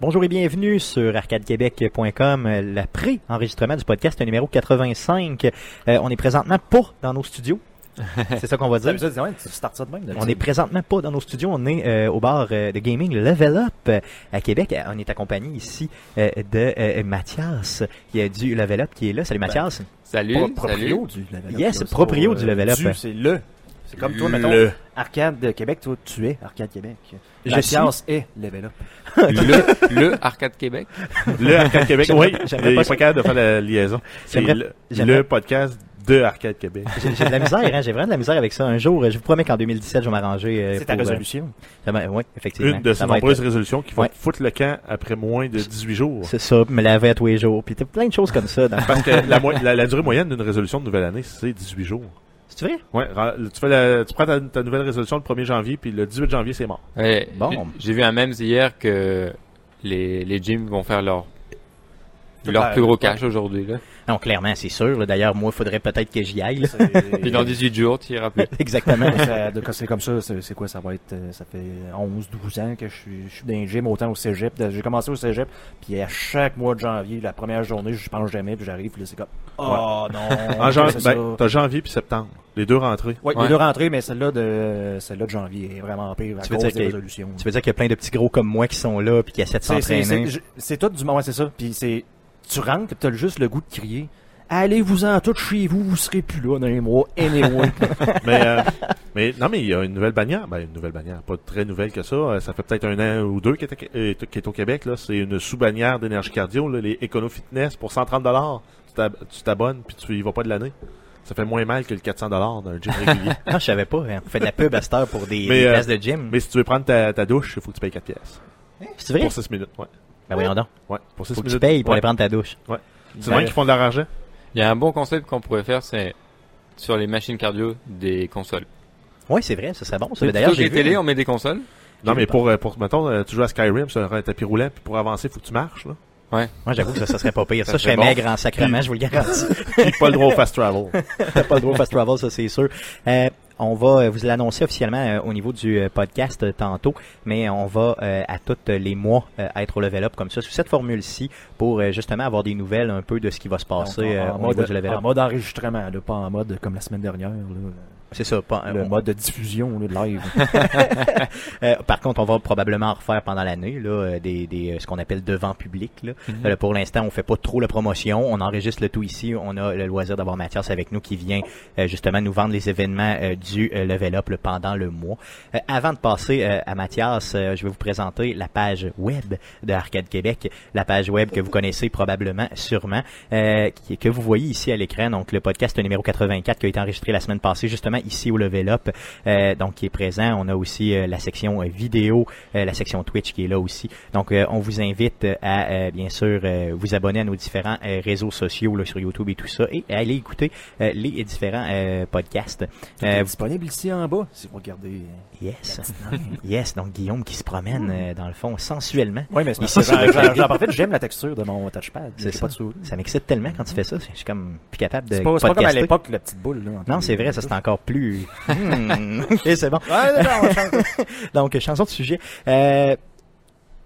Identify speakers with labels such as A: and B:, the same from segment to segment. A: Bonjour et bienvenue sur arcadequebec.com, euh, l'après-enregistrement du podcast numéro 85. Euh, on est présentement pas dans nos studios. C'est ça qu'on va
B: C'est
A: dire.
B: absurde, c'est vrai, tu startes ça de même. là,
A: On
B: tu
A: est présentement pas dans nos studios, on est euh, au bar euh, de gaming Level Up euh, à Québec. Euh, On est accompagné ici euh, de euh, Mathias, qui a du Level Up, qui est là. Salut
B: Ben,
A: Mathias.
C: Salut,
B: sais. Pro-
C: salut.
B: proprio du level up.
A: Yes,
B: là, c'est
A: proprio
B: pas,
A: du
B: euh,
A: level up.
B: du, c'est le. C'est comme toi,
C: Le.
B: mettons, Arcade de Québec, toi, tu es Arcade Québec.
A: Je
B: La science est level up.
C: Le, le Arcade Québec.
D: Le Arcade Québec, oui.
A: j'aimerais
D: Il
A: pas
D: est
A: ça.
D: pas capable de faire la liaison. C'est
A: J'aimerais-
D: le,
A: j'aimerais-
D: le podcast de Arcade Québec.
A: J'ai j'ai de la misère, hein, j'ai vraiment de la misère avec ça. Un jour, euh, je vous promets qu'en 2017, je vais m'arranger. euh,
B: C'est ta
A: pour, euh,
B: résolution.
A: ça va- oui, effectivement.
D: Une de
A: Ça
D: ces
A: va être-
D: nombreuses résolutions qui vont
A: Ouais.
D: te foutre le camp après moins de 18 jours.
A: euh, C'est ça, me laver à tous les jours. Puis t'as plein de choses comme ça. dans-
D: Parce que la, mo- la- la durée moyenne d'une résolution de nouvelle année, c'est 18 jours.
A: C'est vrai?
D: Ouais, ra- tu, fais la- tu prends ta, ta nouvelle résolution le 1er janvier, puis le 18 janvier, c'est mort.
C: Ouais,
A: Bon.
C: j- J'ai vu un même hier que les, les gyms vont faire leur,
B: Tout
C: leur
B: à-
C: plus gros cash aujourd'hui. là.
A: Non, clairement, c'est sûr. là. D'ailleurs, moi, faudrait peut-être que j'y aille. là.
C: Puis dans 18 jours, tu iras plus.
A: Exactement.
B: Ça- de- quand c'est comme ça, c'est c'est quoi, ça va être, euh, ça fait 11, 12 ans que je suis, je suis dans les gym, autant au cégep. de- J'ai commencé au cégep, puis à chaque mois de janvier, la première journée, je pense jamais, puis j'arrive, puis là, c'est comme, oh non.
D: En janvier,
B: c'est ça.
D: ben, t'as janvier puis septembre. Les deux rentrées.
B: Ouais,
C: Ouais.
B: les deux rentrées, mais celle-là de, celle-là de janvier est vraiment pire à
A: Tu veux
B: cause
A: dire
B: des
A: que-
B: résolutions.
A: tu veux dire qu'il y a plein de petits gros comme moi qui sont là puis qui essaient de
B: C'est- c'est-
A: s'entraîner.
B: c'est- je- C'est tout du moment, c'est ça. Puis c'est, tu rentres, puis t'as juste le goût de crier. Allez-vous-en tous chez vous, vous serez plus là dans les mois, anyway.
D: mais, euh, mais non, mais il y a une nouvelle bannière. Ben, une nouvelle bannière, pas très nouvelle que ça. Euh, Ça fait peut-être un an ou deux qu'elle est, à- euh, qu'elle est au Québec. là. C'est une sous-bannière d'énergie cardio, là, les Econo Fitness, pour 130 Tu t'ab- tu t'abonnes, puis tu y vas pas de l'année. Ça fait moins mal que le 400 d'un gym régulier.
A: Non, je savais pas. hein. On fait de la pub à cette heure pour des,
D: Mais,
A: des
D: euh,
A: places de gym.
D: mais si tu veux prendre ta, ta douche, il faut que tu payes 4 pièces.
A: c'est vrai?
D: Pour 6 minutes, ouais.
A: Ben voyons donc.
D: Ouais, pour 6
A: Faut que
D: minutes.
A: tu payes pour
D: ouais.
A: aller prendre ta douche.
D: C'est le même qui font de l'argent.
C: Il y a un bon concept qu'on pourrait faire, c'est sur les machines cardio des consoles.
A: Oui, c'est vrai, ça serait bon. ça. Mais
C: D'ailleurs,
A: D'ailleurs, j'ai
C: j'ai les
A: vu- hein.
C: télé, on met des consoles.
D: Non, mais pour, euh, pour, mettons, euh, tu joues à Skyrim sur un tapis roulant, puis pour avancer, faut que tu marches, là.
A: Moi, j'avoue que ça, ça serait pas pire. Ça,
C: Ça
A: je serais
C: serait bon.
A: maigre en sacrement, je vous le garantis.
D: Puis pas le droit au fast travel.
A: T'as pas le droit au fast travel, ça, c'est sûr. Euh, on va euh, vous l'annoncer officiellement euh, au niveau du euh, podcast euh, tantôt, mais on va euh, à tous les mois euh, être au level up comme ça, sous cette formule-ci, pour euh, justement avoir des nouvelles un peu de ce qui va se passer
B: Donc,
A: euh,
B: en,
A: au niveau
B: mode,
A: du level
B: en
A: up.
B: mode enregistrement, là, pas en mode comme la semaine dernière. Là,
A: C'est ça. pas-
B: le
A: on-
B: mode de diffusion, là, de live.
A: Euh, par contre, on va probablement en refaire pendant l'année là, euh, des, des euh, ce qu'on appelle devant public. Là. Euh, pour l'instant, on fait pas trop la promotion. On enregistre le tout ici. On a le loisir d'avoir Mathias avec nous qui vient euh, justement nous vendre les événements euh, du euh, Level Up là, pendant le mois. Euh, avant de passer euh, à Mathias, euh, je vais vous présenter la page web de Arcade Québec, la page web que vous connaissez probablement, sûrement, euh, qui- que vous voyez ici à l'écran. Donc le podcast numéro 84 qui a été enregistré la semaine passée justement ici au Level Up euh, donc qui est présent. On a aussi euh, la section euh, vidéo, euh, la section Twitch qui est là aussi. Donc euh, on vous invite euh, à euh, bien sûr euh, vous abonner à nos différents euh, réseaux sociaux là, sur YouTube et tout ça et à aller écouter euh, les différents euh, podcasts.
B: Tout
A: Euh,
B: est disponible ici en bas, si vous regardez.
A: yes, yes. Donc Guillaume qui se
B: Hmm.
A: promène euh, dans le fond sensuellement.
B: Oui, mais c'est
A: Ici,
B: parce que j'en- j'en- j'en- en fait, j'aime la texture de mon touchpad.
A: C'est
B: J'ai pas de sou-
A: Ça m'excite tellement quand tu fais ça. Je suis comme plus capable de
B: C'est pas, c'est pas comme à
A: podcaster.
B: l'époque, la petite boule. Là, entre
A: Non,
B: les-
A: c'est vrai, ça c'est encore plus. Hmm, ok, c'est bon.
B: Ouais, non, non, on change.
A: Donc, chanson de sujet. Euh,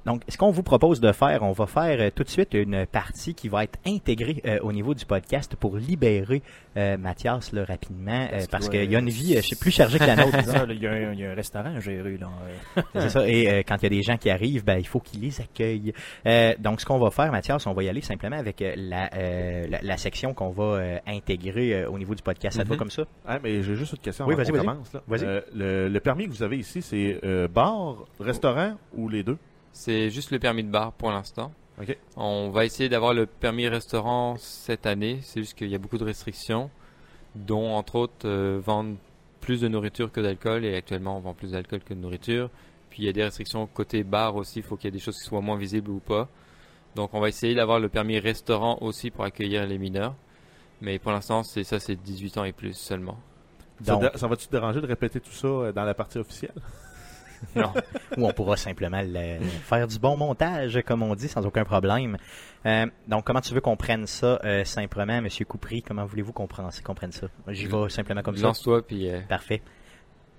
A: donc, ce qu'on vous propose de faire, on va faire euh, tout de suite une partie qui va être intégrée euh, au niveau du podcast pour libérer euh, Mathias là, rapidement, euh,
B: Parce qu'il
A: parce
B: doit-
A: qu'il y a une vie euh, je sais, plus chargée que la nôtre.
B: Ça, là, Il y, a un- il y a un restaurant à gérer. Là, euh,
A: C'est ça. Et euh, quand il y a des gens qui arrivent, ben, il faut qu'ils les accueillent. Euh, donc, ce qu'on va faire, Mathias, on va y aller simplement avec euh, la, euh, la, la section qu'on va euh, intégrer euh, au niveau du podcast. Ça te va
C: Mhm.
A: comme ça?
D: Ah, mais j'ai juste une question.
A: Oui,
D: avant
A: vas-y,
D: qu'on
A: vas-y.
D: commence, là.
A: Vas-y.
D: Euh, le, le permis que vous avez ici, c'est euh, bar, restaurant ou les deux
C: C'est juste le permis de bar pour l'instant.
D: OK.
C: On va essayer d'avoir le permis restaurant cette année. C'est juste qu'il y a beaucoup de restrictions, dont entre autres euh, vendre plus de nourriture que d'alcool. Et actuellement, on vend plus d'alcool que de nourriture. Puis il y a des restrictions côté bar aussi. Il faut qu'il y ait des choses qui soient moins visibles ou pas. Donc on va essayer d'avoir le permis restaurant aussi pour accueillir les mineurs. Mais pour l'instant, c'est ça, c'est 18 ans et plus seulement.
D: Ça,
A: Donc,
D: dé- ça va-tu te déranger de répéter tout ça euh, dans la partie officielle?
C: Non.
A: où on pourra simplement le- le faire du bon montage, comme on dit, sans aucun problème. Euh, donc, comment tu veux qu'on prenne ça euh, simplement, Monsieur Coupry Comment voulez-vous qu'on prenne, qu'on prenne ça J'y vais simplement comme ça.
C: Lance-toi, puis euh,
A: Parfait.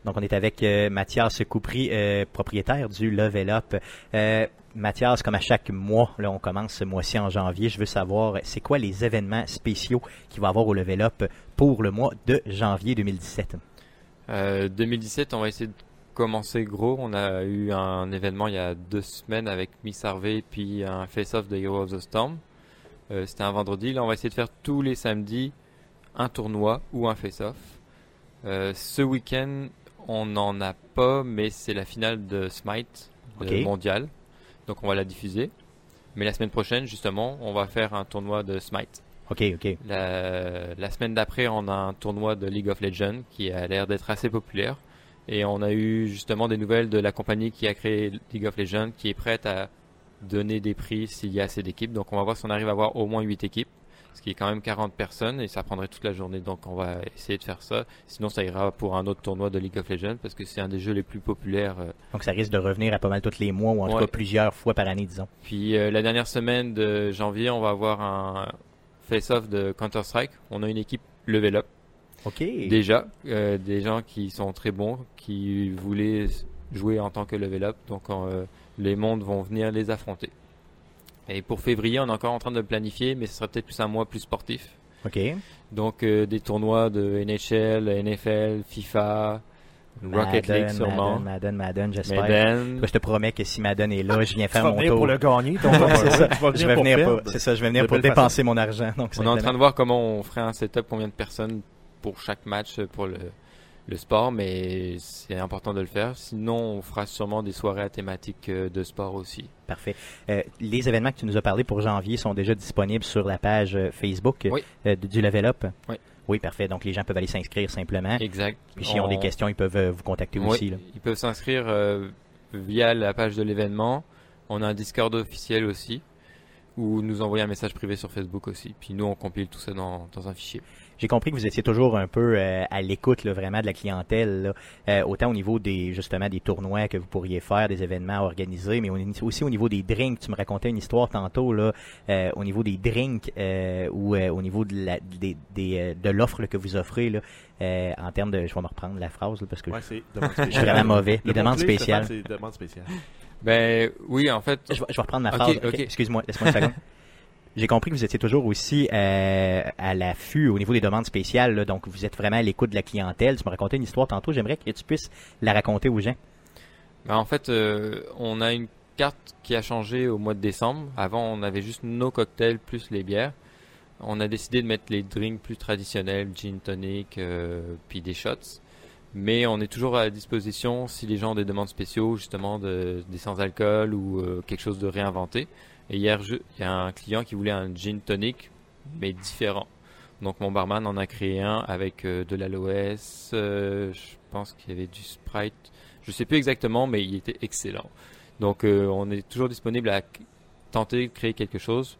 A: Donc, on est avec euh, Mathias Coupry, euh, propriétaire du Level Up. Euh, Mathias, comme à chaque mois, là, on commence ce mois-ci en janvier, je veux savoir, c'est quoi les événements spéciaux qu'il va y avoir au Level Up pour le mois de janvier 2017?
C: Euh, 2017, on va essayer de commencer gros. On a eu un événement il y a deux semaines avec Miss Harvey puis un face-off de Hero of the Storm. Euh, C'était un vendredi. Là, on va essayer de faire tous les samedis un tournoi ou un face-off. Euh, ce week-end, on n'en a pas, mais c'est la finale de Smite de
A: Ok.
C: mondial. Donc, on va la diffuser. Mais la semaine prochaine, justement, on va faire un tournoi de Smite.
A: OK, OK.
C: La, la semaine d'après, on a un tournoi de League of Legends qui a l'air d'être assez populaire. Et on a eu justement des nouvelles de la compagnie qui a créé League of Legends qui est prête à donner des prix s'il y a assez d'équipes. Donc on va voir si on arrive à avoir au moins 8 équipes, ce qui est quand même 40 personnes et ça prendrait toute la journée. Donc on va essayer de faire ça. Sinon ça ira pour un autre tournoi de League of Legends parce que c'est un des jeux les plus populaires euh,
A: Donc, ça risque de revenir à pas mal tous les mois, ou en tout
C: Ouais.
A: cas plusieurs fois par année, disons.
C: Puis euh, la dernière semaine de janvier, on va avoir un face-off de Counter-Strike. On a une équipe level up
A: OK.
C: déjà, euh, des gens qui sont très bons, qui voulaient jouer en tant que level up. Donc euh, les mondes vont venir les affronter. Et pour février, on est encore en train de le planifier, mais ce sera peut-être plus un mois plus sportif.
A: OK.
C: Donc euh, des tournois de NHL, NFL, FIFA, Rocket
A: Madden,
C: League sûrement,
A: Madden, Madden, Madden, j'espère.
C: Madden.
A: Toi, je te promets que si Madden est là, je viens faire
B: Tu vas
A: mon
B: venir
A: tour.
B: pour le gagner, ton
A: Ouais, c'est ça.
D: Tu vas
A: Je vais venir
D: pour
A: pour, c'est ça, je vais venir
D: De
A: pour
D: belle
A: dépenser mon argent. Donc,
C: On est en
A: simplement.
C: train de voir comment on ferait un setup, combien de personnes pour chaque match euh, pour le, le sport, mais c'est important de le faire. Sinon, on fera sûrement des soirées à thématique euh, de sport aussi.
A: Parfait. Euh, les événements que tu nous as parlé pour janvier sont déjà disponibles sur la page euh, Facebook euh,
C: Oui.
A: euh, du du Level Up.
C: Oui.
A: Oui, parfait. Donc les gens peuvent aller s'inscrire simplement.
C: Exact.
A: Hein Puis s'ils ont
C: On-
A: des questions, ils peuvent euh, vous contacter
C: Oui,
A: aussi. là.
C: Ils peuvent s'inscrire euh, via la page de l'événement. On a un Discord officiel aussi, ou nous envoyer un message privé sur Facebook aussi. Puis nous, on compile tout ça dans, dans un fichier.
A: J'ai compris que vous étiez toujours un peu euh, à l'écoute là, vraiment de la clientèle, là. Euh, autant au niveau des justement des tournois que vous pourriez faire, des événements organisés, mais au- aussi au niveau des drinks. Tu me racontais une histoire tantôt là, euh, au niveau des drinks euh, ou euh, au niveau de la des, des, euh, de l'offre là, que vous offrez là, euh, en termes de, je vais me reprendre la phrase là, parce que
D: Ouais, c'est demande
A: je suis vraiment
D: spéciale.
A: mauvais. Les
D: Le
A: demandes
D: mot-clé, Stéphane,
A: spéciales.
D: C'est demande spéciale.
C: Ben oui, en fait,
A: Je vais, je vais reprendre ma
C: Ok,
A: phrase.
C: ok.
A: Ok, Excuse-moi, laisse-moi une seconde. J'ai compris que vous étiez toujours aussi euh, à l'affût au niveau des demandes spéciales, là, donc vous êtes vraiment à l'écoute de la clientèle. Tu me racontais une histoire tantôt, j'aimerais que tu puisses la raconter aux gens.
C: Bah, en fait, euh, on a une carte qui a changé au mois de décembre. Avant, on avait juste nos cocktails plus les bières. On a décidé de mettre les drinks plus traditionnels, gin tonic, euh, puis des shots. Mais on est toujours à disposition si les gens ont des demandes spéciaux, justement de, des sans-alcool ou euh, quelque chose de réinventé. Et hier, je- il y a un client qui voulait un gin tonic, mais différent. Donc mon barman en a créé un avec euh, de l'aloès, euh, je pense qu'il y avait du Sprite je sais plus exactement, mais il était excellent. Donc euh, on est toujours disponible à c- tenter de créer quelque chose.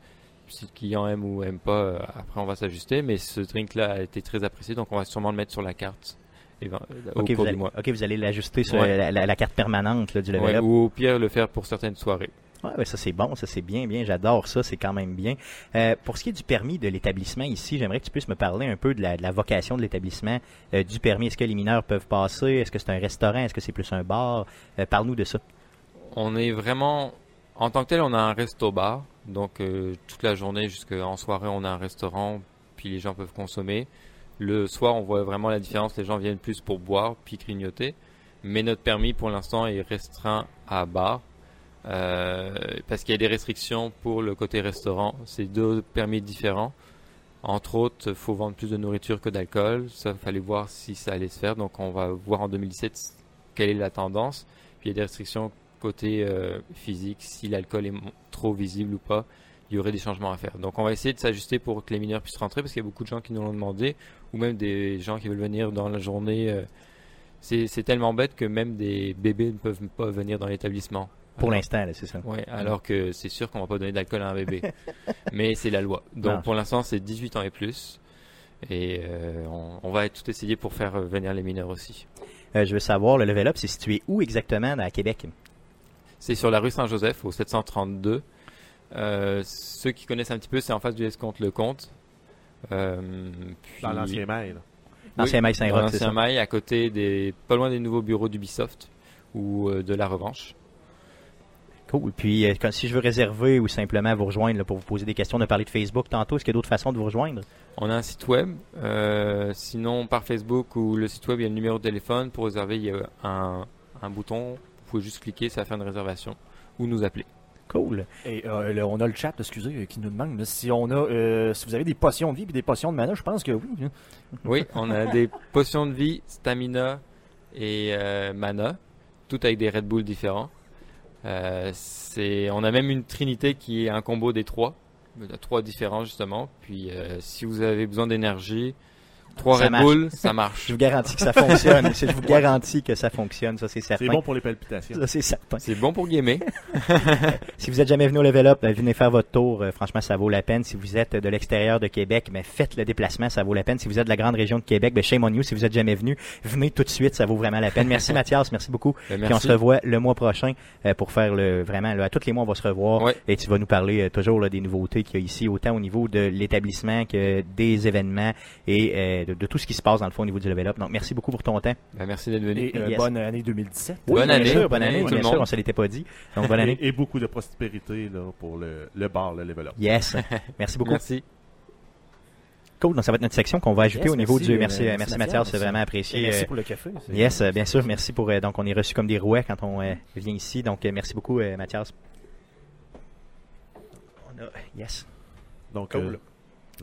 C: Si le client aime ou aime pas, euh, après on va s'ajuster. Mais ce drink-là a été très apprécié, donc on va sûrement le mettre sur la carte et ben, au
A: Ok, vous
C: cours du
A: allez,
C: mois.
A: ok, vous allez l'ajuster sur
C: Ouais.
A: la, la- la carte permanente là, du level
C: Ouais,
A: up.
C: ou au pire le faire pour certaines soirées.
A: Ouais, ouais, ça c'est bon, ça c'est bien, bien, j'adore ça, c'est quand même bien. Euh, pour ce qui est du permis de l'établissement ici, j'aimerais que tu puisses me parler un peu de la, de la vocation de l'établissement, euh, du permis. Est-ce que les mineurs peuvent passer? Est-ce que c'est un restaurant? Est-ce que c'est plus un bar? Euh, Parle-nous de ça.
C: On est vraiment, en tant que tel, on a un resto-bar. Donc euh, toute la journée jusqu'en soirée, on a un restaurant, puis les gens peuvent consommer. Le soir, on voit vraiment la différence. Les gens viennent plus pour boire, puis grignoter. Mais notre permis, pour l'instant, est restreint à bar. euh, parce qu'il y a des restrictions pour le côté restaurant. C'est deux permis différents. Entre autres, faut vendre plus de nourriture que d'alcool. Ça, fallait voir si ça allait se faire. Donc, on va voir en 2017 quelle est la tendance. Puis il y a des restrictions côté euh, physique, si l'alcool est mon- trop visible ou pas, il y aurait des changements à faire. Donc on va essayer de s'ajuster pour que les mineurs puissent rentrer parce qu'il y a beaucoup de gens qui nous l'ont demandé ou même des gens qui veulent venir dans la journée. euh, c'est c'est tellement bête que même des bébés ne peuvent pas venir dans l'établissement.
A: Pour
D: Ah.
C: Alors-
A: l'instant, là, c'est ça.
C: Ouais, alors que c'est sûr qu'on va pas donner d'alcool à un bébé. Mais c'est la loi. Donc
A: Non.
C: pour l'instant, c'est 18 ans et plus. Et euh, on, on va tout essayer pour faire euh, venir les mineurs aussi.
A: Euh, je veux savoir, le level up, c'est situé où exactement à Québec?
C: C'est sur la rue Saint-Joseph, au 732. Euh, ceux qui connaissent un petit peu, c'est en face du escompte Le Comte. Euh, puis-
D: Dans l'ancien mail.
A: L'ancien Mail
C: dans
A: Saint-Roch, c'est
C: l'ancien
A: ça?
C: Mail, à côté des, pas loin des nouveaux bureaux d'Ubisoft ou euh, de la Revanche.
A: Cool. Puis, euh, quand- si je veux réserver ou simplement vous rejoindre là, pour vous poser des questions, on a parlé de Facebook tantôt, est-ce qu'il y a d'autres façons de vous rejoindre?
C: On a un site web, euh, sinon par Facebook ou le site web, il y a le numéro de téléphone. Pour réserver, il y a un, un bouton. Vous pouvez juste cliquer, ça va faire une réservation ou nous appeler.
A: Cool.
B: Et euh, là, on a le chat, excusez, euh, qui nous demande là, si on a, euh, si vous avez des potions de vie et des potions de mana. Je pense que oui. hein.
C: Oui, on a des potions de vie, stamina et euh, mana, tout avec des Red Bull différents. Euh, c'est, on a même une trinité qui est un combo des trois, de trois différents justement. Puis euh, si vous avez besoin d'énergie, trois
A: Ça
C: Red
A: marche.
C: Bull, ça marche.
A: Je vous garantis que ça fonctionne. C'est- je vous garantis que ça fonctionne, ça c'est certain.
D: C'est bon pour les palpitations.
A: Ça c'est certain.
C: C'est bon pour gamer. Ben,
A: Si vous êtes jamais venu au Level Up, ben, venez faire votre tour. Euh, franchement, ça vaut la peine. Si vous êtes de l'extérieur de Québec, ben, faites le déplacement, ça vaut la peine. Si vous êtes de la grande région de Québec, ben, shame on you. Si vous êtes jamais venu, venez tout de suite, ça vaut vraiment la peine. Merci Mathias, merci beaucoup.
C: Ben,
A: Puis on se
C: merci.
A: revoit le mois prochain euh, pour faire le vraiment là, à tous les mois on va se revoir
C: Ouais.
A: et tu vas nous parler euh, toujours là, des nouveautés qu'il y a ici autant au niveau de l'établissement que des événements et euh, de, de tout ce qui se passe dans le fond au niveau du level up. Donc merci beaucoup pour ton temps.
C: Ben, merci d'être venu.
B: Et euh,
A: Yes.
B: bonne année 2017.
C: Oui, Bonne
A: bien
C: année.
A: sûr, bonne
C: Bonne
A: année,
C: année, tout
A: bien
C: le
A: sûr,
C: monde.
A: on se l'était pas dit. Donc bonne année.
D: Et, et beaucoup de prospérité là, pour le, le bar, le level up.
A: Yes. Merci beaucoup.
C: Merci.
A: Cool. Donc ça va être notre section qu'on va ajouter
B: Yes,
A: au niveau
B: merci,
A: du
B: euh,
A: merci euh, merci,
B: merci,
A: Mathias,
B: Mathias.
A: c'est vraiment apprécié.
B: Et merci
A: Euh,
B: pour le café. c'est-
A: Yes, euh, bien sûr, merci pour euh, donc on est reçu comme des rouets quand on euh, vient ici. Donc euh, merci beaucoup euh, Mathias. On a yes.
D: Donc,
A: Cool.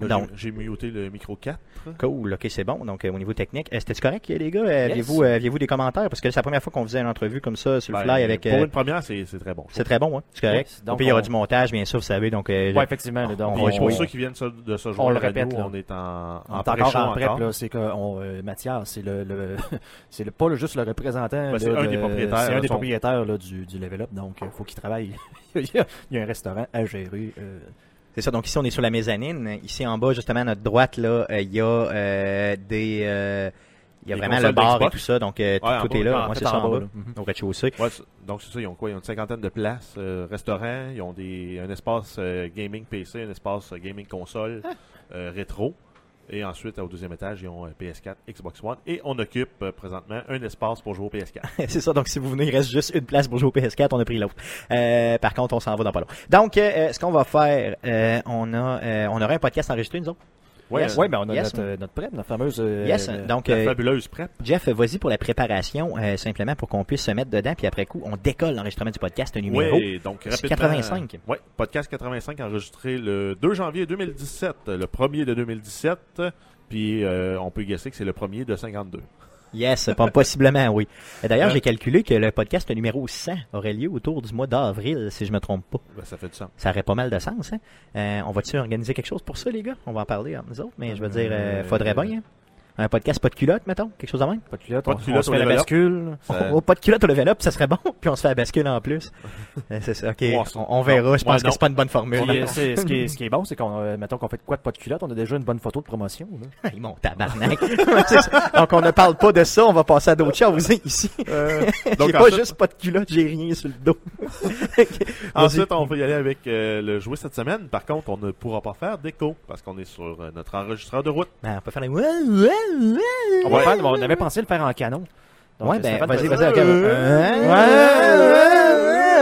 D: euh, là,
A: Donc-
D: j'ai j'ai muté le micro 4.
A: Cool, ok, c'est bon. Donc, euh, au niveau technique, euh, c'était-tu correct, les gars? Euh, Aviez-vous euh, aviez-vous des commentaires? Parce que c'est la première fois qu'on faisait une entrevue comme ça sur le
D: Ben,
A: fly avec.
D: Pour
A: euh,
D: une première, c'est c'est très bon.
A: C'est très bon, hein? C'est correct.
B: Yes,
A: Au
B: donc
A: pire, il y aura
B: on-
A: du montage, bien sûr, vous savez. Donc, euh,
B: Ouais, effectivement. là, donc,
A: on-
D: Puis
B: on-
D: pour
A: oui.
D: ceux qui viennent se- de se joindre
B: On le
D: à
B: répète,
D: nous,
B: là.
D: on est en,
B: On
D: en
B: est encore
D: pré-show
B: en prep,
D: encore.
B: là, c'est que on, euh, Mathias, c'est le, le c'est le pas le- juste le représentant.
D: Ben, c'est
B: là,
D: un
B: de-
D: des propriétaires,
B: C'est un
D: là,
B: des
D: son-
B: propriétaires là, du, du level up, donc il faut qu'il travaille. il, y a, il y a un restaurant à gérer. euh,
A: C'est ça. Donc, ici, on est sur la mezzanine. Ici, en bas, justement, à notre droite, là, euh, il y a euh, des. euh, il y a
D: Des
A: vraiment le
D: consoles
A: bar et
D: d'Xbox.
A: tout ça. Donc, euh, tout,
D: Ouais, en
A: tout
D: bas,
A: est
D: en
A: là.
B: en
A: Moi,
B: fait,
A: c'est ça en bas.
B: là. Mhm.
A: Au rez-de-chaussée.
D: Ouais, c'est- donc c'est ça, ils ont quoi Ils ont une cinquantaine de places, euh, restaurants, ils ont des, un espace euh, gaming PC, un espace euh, gaming console
A: Ah.
D: euh, rétro. Et ensuite, au deuxième étage, ils ont euh, PS4, Xbox One. Et on occupe euh, présentement un espace pour jouer au PS4.
A: c'est ça. Donc, si vous venez, il reste juste une place pour jouer au PS4. On a pris l'autre. Euh, par contre, on s'en va dans pas long. Donc, euh, ce qu'on va faire, euh, on a, euh, on aurait un podcast enregistré, nous autres.
D: Ouais,
A: Yes.
D: euh,
B: ouais, ben on a
A: Yes.
B: notre, euh, notre prep, notre fameuse. euh,
A: Yes.
B: le-
A: Donc,
D: la
A: euh,
D: fabuleuse prep.
A: Jeff, vas-y pour la préparation, euh, simplement pour qu'on puisse se mettre dedans, puis après coup, on décolle l'enregistrement du podcast numéro.
D: Ouais, donc
A: c'est
D: rapidement.
A: 85.
D: Ouais, podcast 85 enregistré le 2 janvier 2017, le premier de 2017. Puis euh, on peut guesser que c'est le premier de 52.
A: Yes, pas- possiblement, oui. Et D'ailleurs,
D: Euh.
A: j'ai calculé que le podcast numéro 100 aurait lieu autour du mois d'avril, si je me trompe pas.
D: Ben, ça fait du sens.
A: Ça aurait pas mal de sens, hein? Euh, on va-tu organiser quelque chose pour ça, les gars? On va en parler entre nous autres, mais je veux dire, euh,
B: Euh,
A: faudrait bien, hein? Un podcast pas de culotte, mettons? Quelque chose de même?
B: Pas de culotte,
D: Pas
B: on,
D: de culotte,
B: on se
D: on
B: fait la
D: level up.
B: bascule.
D: Ça-
A: Oh, pas de culotte au level up, ça serait bon, puis on se fait la bascule en plus. Euh, c'est ça, ok.
D: Ouais,
A: on, on verra, je
D: ouais,
A: pense que
D: non.
A: c'est pas une bonne formule.
B: Puis, euh, c'est- ce, qui est, ce qui est bon, c'est qu'on, euh, mettons qu'on fait de quoi de pas de culotte, on a déjà une bonne photo de promotion. là.
A: Hey, mon tabarnak. C'est ça. Donc, on ne parle pas de ça, on va passer à d'autres choses ici.
D: donc
A: Euh, j'ai pas
D: ensuite-
A: juste pas de culotte, j'ai rien sur le dos. Vas-y.
D: Ensuite, on va y aller avec euh, le jouet cette semaine. Par contre, on ne pourra pas faire d'écho parce qu'on est sur euh, notre enregistreur de route.
A: Ben, on peut faire les... Ouais, ouais, ouais.
B: On, va faire- on avait pensé le faire en canon. Donc,
A: ouais,
B: euh,
A: ben,
B: Stéphane,
A: vas-y,
B: vas-y.
A: vas-y. ok. Ouais, ouais, ouais.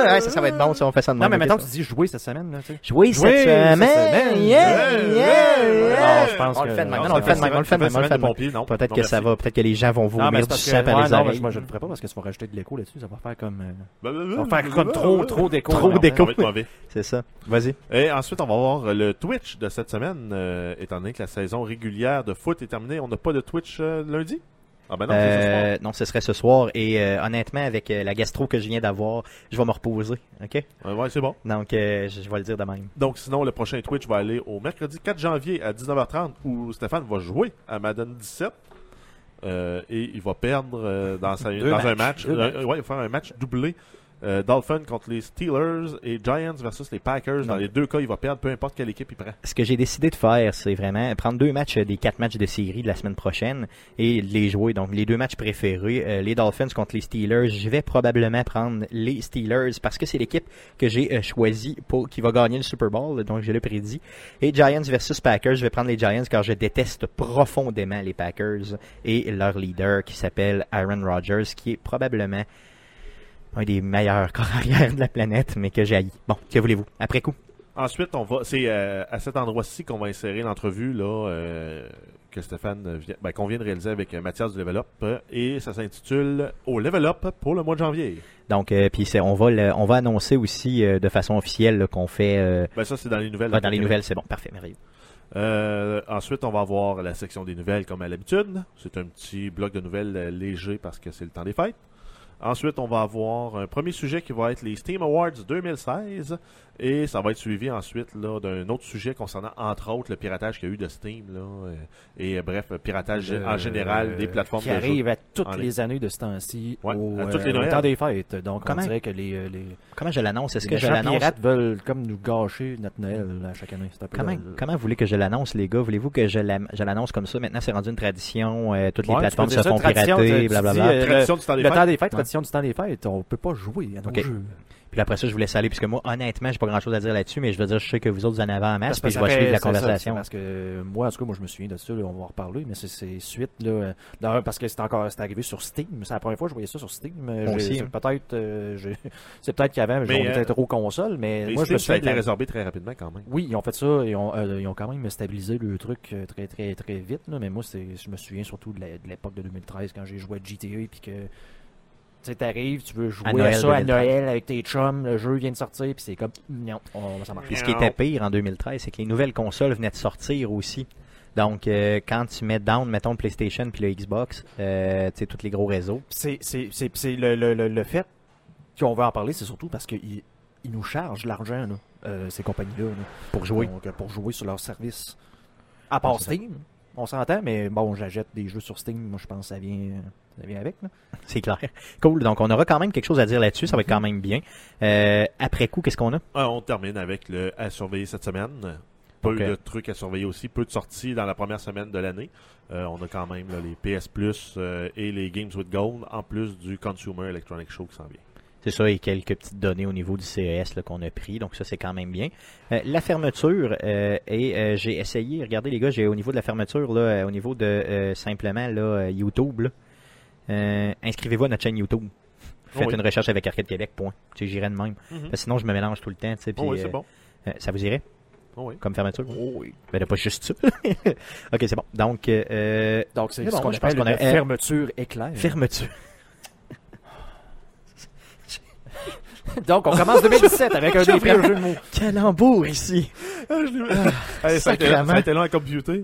A: Ouais, ça, ça va être bon si on fait ça de
B: Non, mais
A: même,
B: maintenant
A: ok,
B: tu dis jouer cette semaine, là, tu sais.
A: ça. Jouer cette
B: Jouer
A: semaine.
B: cette semaine.
A: Yeah,
D: Ouais,
A: yeah,
D: ouais.
A: yeah.
B: Non, je pense
A: on le
B: que-
A: fait de même.
B: non,
A: Non, on le fait de même, on le fait de même, on le fait de même.
D: pompiers, non.
A: Peut-être
D: Non,
A: que ça
D: merci.
A: va, peut-être que les gens vont
B: Non, mais
A: vomir
B: c'est
A: du
B: parce que-
A: sang par
B: ouais,
A: les
B: non, mais
A: oreilles.
B: moi je le ferai pas parce que ça va rajouter de l'écho là-dessus, ça va faire comme euh,
D: Bah,
B: ça va faire comme trop trop
D: Trop
B: d'écho.
A: Trop
B: Non,
A: d'écho.
D: Ça va être mauvais.
A: C'est ça. Vas-y.
D: bah, Et ensuite, on va voir le Twitch de cette semaine. euh, étant donné que la saison régulière de foot est terminée, on n'a pas de Twitch euh, lundi. Ah ben non, c'est ce soir.
A: Euh, non, ce serait ce soir. Et euh, honnêtement, avec euh, la gastro que je viens d'avoir, je vais me reposer. OK?
D: Ouais, ouais, c'est bon.
A: Donc, euh, je, je vais le dire de même.
D: Donc, sinon, le prochain Twitch va aller au mercredi 4 janvier à 19h30 où Stéphane va jouer à Madden 17. Euh, et il va perdre euh, dans, sa-
B: Deux
D: dans
B: matchs.
D: un match.
B: Deux
D: euh, ouais, il va faire un match doublé. Euh, Dolphin contre les Steelers et Giants versus les Packers. Dans
A: Non.
D: les deux cas, il va perdre peu importe quelle équipe il prend.
A: Ce que j'ai décidé de faire, c'est vraiment prendre deux matchs euh, des quatre matchs de série de la semaine prochaine et de les jouer. Donc, les deux matchs préférés, euh, les Dolphins contre les Steelers. Je vais probablement prendre les Steelers parce que c'est l'équipe que j'ai euh, choisie pour qui va gagner le Super Bowl. Donc, je le prédit. Et Giants versus Packers, je vais prendre les Giants car je déteste profondément les Packers et leur leader qui s'appelle Aaron Rodgers, qui est probablement un des meilleurs corps arrière de la planète, mais que j'ai haï. Bon, que voulez-vous? Après coup.
D: Ensuite, on va. C'est euh, à cet endroit-ci qu'on va insérer l'entrevue là euh, que Stéphane vient, ben, qu'on vient de réaliser avec euh, Mathias du Level Up euh, et ça s'intitule Au Level Up pour le mois de janvier.
A: Donc, euh, puis c'est- on va le- on va annoncer aussi euh, de façon officielle là, qu'on fait euh,
D: Ben ça c'est dans les nouvelles.
A: ah, dans les nouvelles, c'est bon, parfait, merveilleux.
D: Euh, ensuite, on va avoir la section des nouvelles comme à l'habitude. C'est un petit bloc de nouvelles euh, léger parce que c'est le temps des fêtes. Ensuite, on va avoir un premier sujet qui va être les Steam Awards 2016 et ça va être suivi ensuite là, d'un autre sujet concernant entre autres le piratage qu'il y a eu de Steam là, euh, et euh, bref, le piratage
B: Le-
D: en général des plateformes
B: Euh, qui
D: de jeux.
B: arrive à toutes
D: en ligne.
B: les années de ce temps-ci
D: Ouais,
B: au,
D: à toutes
B: euh,
D: les
B: au
D: Noëls.
B: temps des fêtes. Donc
A: Comment-
B: on dirait que les, euh, les,
A: Comment je l'annonce Est-ce
B: les
A: que je
B: méchants
A: l'annonce
B: pirates veulent comme nous gâcher notre Noël à chaque année. C'est un peu
A: Comment,
B: le-
A: comment voulez que je l'annonce, les gars Voulez-vous que je l'am- je l'annonce comme ça Maintenant, c'est rendu une tradition. euh, toutes
B: Ouais,
A: les
B: tu
A: plateformes
B: peux
A: se
B: dire ça,
A: font
B: tradition, tu-
A: pirater,
B: tu
A: blablabla.
B: dis, euh,
D: Tradition du temps des
B: le
D: fêtes.
B: temps des fêtes, tradition du temps des fêtes, on peut pas jouer à nos
A: Ok.
B: jeux.
A: Puis après ça, je vous laisse aller, puisque moi, honnêtement, j'ai pas grand-chose à dire là-dessus, mais je veux dire, je sais que vous autres, vous en avez en masse, puis Ah, je vais suivre
B: ça
A: la
B: fait- c'est ça, c'est
A: conversation.
B: Parce que euh, moi, en tout cas, moi, je me souviens de ça, là, on va en reparler, mais c'est- c'est suite, là, euh, d'un, parce que c'est encore, c'est arrivé sur Steam. C'est la première fois que je voyais ça sur Steam. Euh,
A: Moi
B: j'ai-
A: aussi,
B: c'est
A: hein.
B: Peut-être, euh, j'ai- c'est peut-être qu'avant, mais
D: Mais,
B: on était
D: euh,
B: peut-être aux consoles, mais
D: Et
B: moi, je me
D: Steam, ça a
B: souviens.
D: été résorbé très rapidement quand même.
B: Oui, ils ont fait ça, et ont, euh, ils ont quand même stabilisé le truc euh, très, très, très vite, là, mais moi, c'est, je me souviens surtout de la- de l'époque de 2013, quand j'ai joué à GTA, et puis que, tu sais, t'arrives, tu veux jouer
A: À
B: à,
A: Noël
B: ça à
A: 2013.
B: Noël avec tes chums, le jeu vient de sortir, puis c'est comme, non, on, ça marche
A: Puis ce qui était pire en 2013, c'est que les nouvelles consoles venaient de sortir aussi. Donc, euh, quand tu mets down, mettons, le PlayStation puis le Xbox, euh, tu sais, tous les gros réseaux,
B: c'est c'est- c'est- c'est le, le, le, le fait qu'on veut en parler, c'est surtout parce qu'ils ils nous chargent l'argent, là, euh, ces compagnies-là, là.
A: pour jouer.
B: Donc, euh, pour jouer sur leur service. À part
A: Ouais, c'est ça.
B: Steam, on s'entend, mais bon, j'achète des jeux sur Steam, moi je pense que ça vient, ça vient avec. là.
A: C'est clair. Cool. Donc, on aura quand même quelque chose à dire là-dessus. Ça va être quand même bien. Euh, après coup, qu'est-ce qu'on a?
D: Ah, on termine avec le à surveiller cette semaine. Peu
A: Ok.
D: de trucs à surveiller aussi, peu de sorties dans la première semaine de l'année. Euh, on a quand même là, les PS Plus euh, et les Games with Gold, en plus du Consumer Electronic Show qui s'en vient.
A: C'est ça, et quelques petites données au niveau du CES là, qu'on a pris. Donc, ça, c'est quand même bien. Euh, la fermeture, euh, et euh, j'ai essayé, regardez les gars, j'ai au niveau de la fermeture, là, euh, au niveau de euh, simplement là, euh, YouTube, là, euh, inscrivez-vous à notre chaîne YouTube. Faites
D: Oh oui.
A: une recherche avec Arcade Québec, point. Tu sais, j'irai de même. Parce que sinon, je me mélange tout le temps, tu sais,
D: Oh
A: puis,
D: oui, c'est
A: euh,
D: bon.
A: euh, ça vous irait
D: Oh oui.
A: comme fermeture? oui. Ben, pas juste ça. ok, c'est bon. Donc, euh,
B: Donc, c'est
A: Mais
B: ce
A: bon,
B: qu'on
A: je pense
B: appelle
A: qu'on
B: une
A: a- euh,
B: fermeture éclair.
A: fermeture.
B: Donc, on commence 2017 avec un des premiers jeux de mots.
A: Calembour ici. Ah,
D: Allez, ça, a été,
A: sacrément. Oh,
D: ça a été long à computer.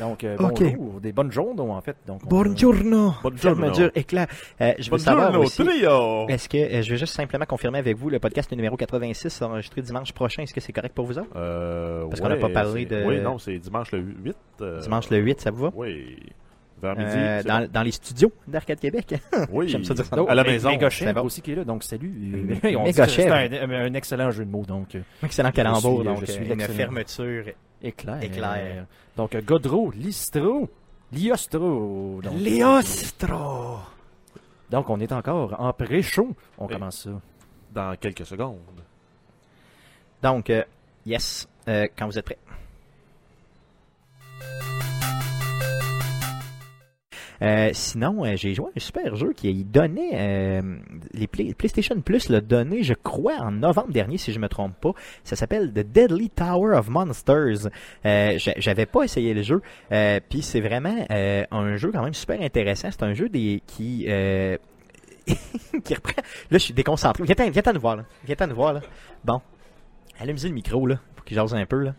B: Donc, euh,
A: Ok.
B: bonjour, des bonnes journées, en fait. Donc, on-
A: Bonjour.
D: Bonjour.
A: Fermeture éclair. Euh, je veux savoir
D: Bonjour,
A: aussi,
D: trio!
A: est-ce que, euh, je vais juste simplement confirmer avec vous, le podcast numéro 86 sera enregistré dimanche prochain, est-ce que c'est correct pour vous autres?
D: Euh,
A: Parce qu'on n'a
D: ouais,
A: pas parlé
D: c'est-
A: de-
D: Oui, non, c'est dimanche le 8. euh,
A: Dimanche le 8, ça vous va?
D: Oui. Vers midi.
A: Euh,
D: c'est
A: dans, dans les studios d'Arcade Québec.
D: bon. oui.
A: j'aime ça dire ça.
B: Donc,
D: À la
B: Mé-
D: maison.
B: Mégochef
A: C'est bon.
B: aussi qui est là, donc salut. Euh,
A: Mé-
B: On dit que
A: Mégochef.
B: C'est un, un excellent jeu de mots, donc euh,
A: Excellent calembour,
B: suis-
A: donc
B: je suis
A: euh, une
B: l'excellent.
A: fermeture.
B: éclair.
A: Éclair.
B: Donc, euh, Godreau, Listro, Liostro. Donc,
A: Léostro!
B: Donc, on est encore en pré-show. On
D: Oui.
B: commence ça.
D: Dans quelques secondes.
A: Donc, euh, yes, euh, quand vous êtes prêts. Euh, sinon, euh, j'ai joué à un super jeu qui donnait euh, les Play- PlayStation Plus l'a donné, je crois, en novembre dernier, si je me trompe pas. Ça s'appelle The Deadly Tower of Monsters. Euh, j'a- J'avais pas essayé le jeu, euh, puis c'est vraiment euh, un jeu quand même super intéressant. C'est un jeu des qui euh, qui reprend. Là, je suis déconcentré. Viens t'en viens t'en nous voir là. Viens t'en nous voir là. Bon, allumez le micro là pour qu'il jase un peu là.